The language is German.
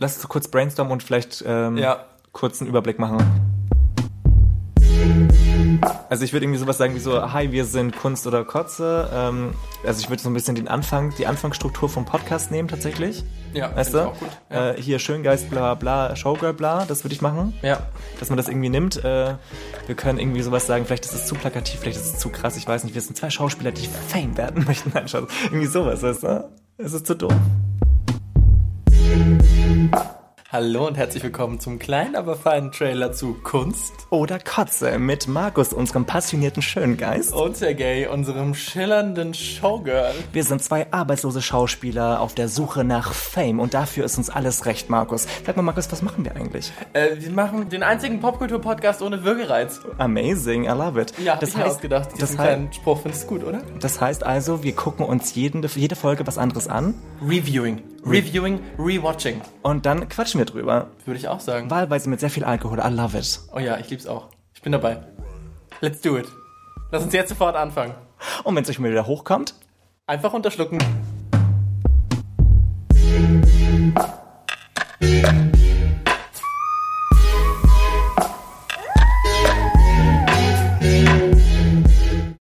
Lass uns kurz brainstormen und vielleicht ähm, Ja. kurz einen Überblick machen. Also ich würde irgendwie sowas sagen wie so, hi, wir sind Kunst oder Kotze. Ähm, also ich würde so ein bisschen den Anfang, die Anfangsstruktur vom Podcast nehmen tatsächlich. Ja, Weißt find du? ich auch gut. Ja. Äh, hier Schöngeist, bla bla, Showgirl, bla, das würde ich machen. ja. Dass man das irgendwie nimmt. Äh, wir können irgendwie sowas sagen, vielleicht ist es zu plakativ, vielleicht ist es zu krass, ich weiß nicht. Wir sind zwei Schauspieler, die Fame werden möchten. Nein, Spaß. Irgendwie sowas, weißt du? Es ist zu doof. Hallo und herzlich willkommen zum kleinen, aber feinen Trailer zu Kunst Oder Kotze mit Markus, unserem passionierten Schöngeist. und Sergei, unserem schillernden Showgirl. Wir sind zwei arbeitslose Schauspieler auf der Suche nach Fame und dafür ist uns alles recht, Markus. Sag mal, Markus, was machen wir eigentlich? Äh, wir machen den einzigen Popkultur-Podcast ohne Würgereiz. Amazing, I love it. Ja, hab das ich mir ausgedacht. Das, Diesen hei kleinen Spruch findest du gut, oder? das heißt also, wir gucken uns jede, jede Folge was anderes an Reviewing. Reviewing, rewatching, und dann quatschen wir drüber. würde ich auch sagen. Wahlweise mit sehr viel Alkohol, I love it. Oh ja, ich lieb's auch. Ich bin dabei. Let's do it. Lass uns jetzt sofort anfangen. Und wenn es euch mal wieder hochkommt, Einfach unterschlucken.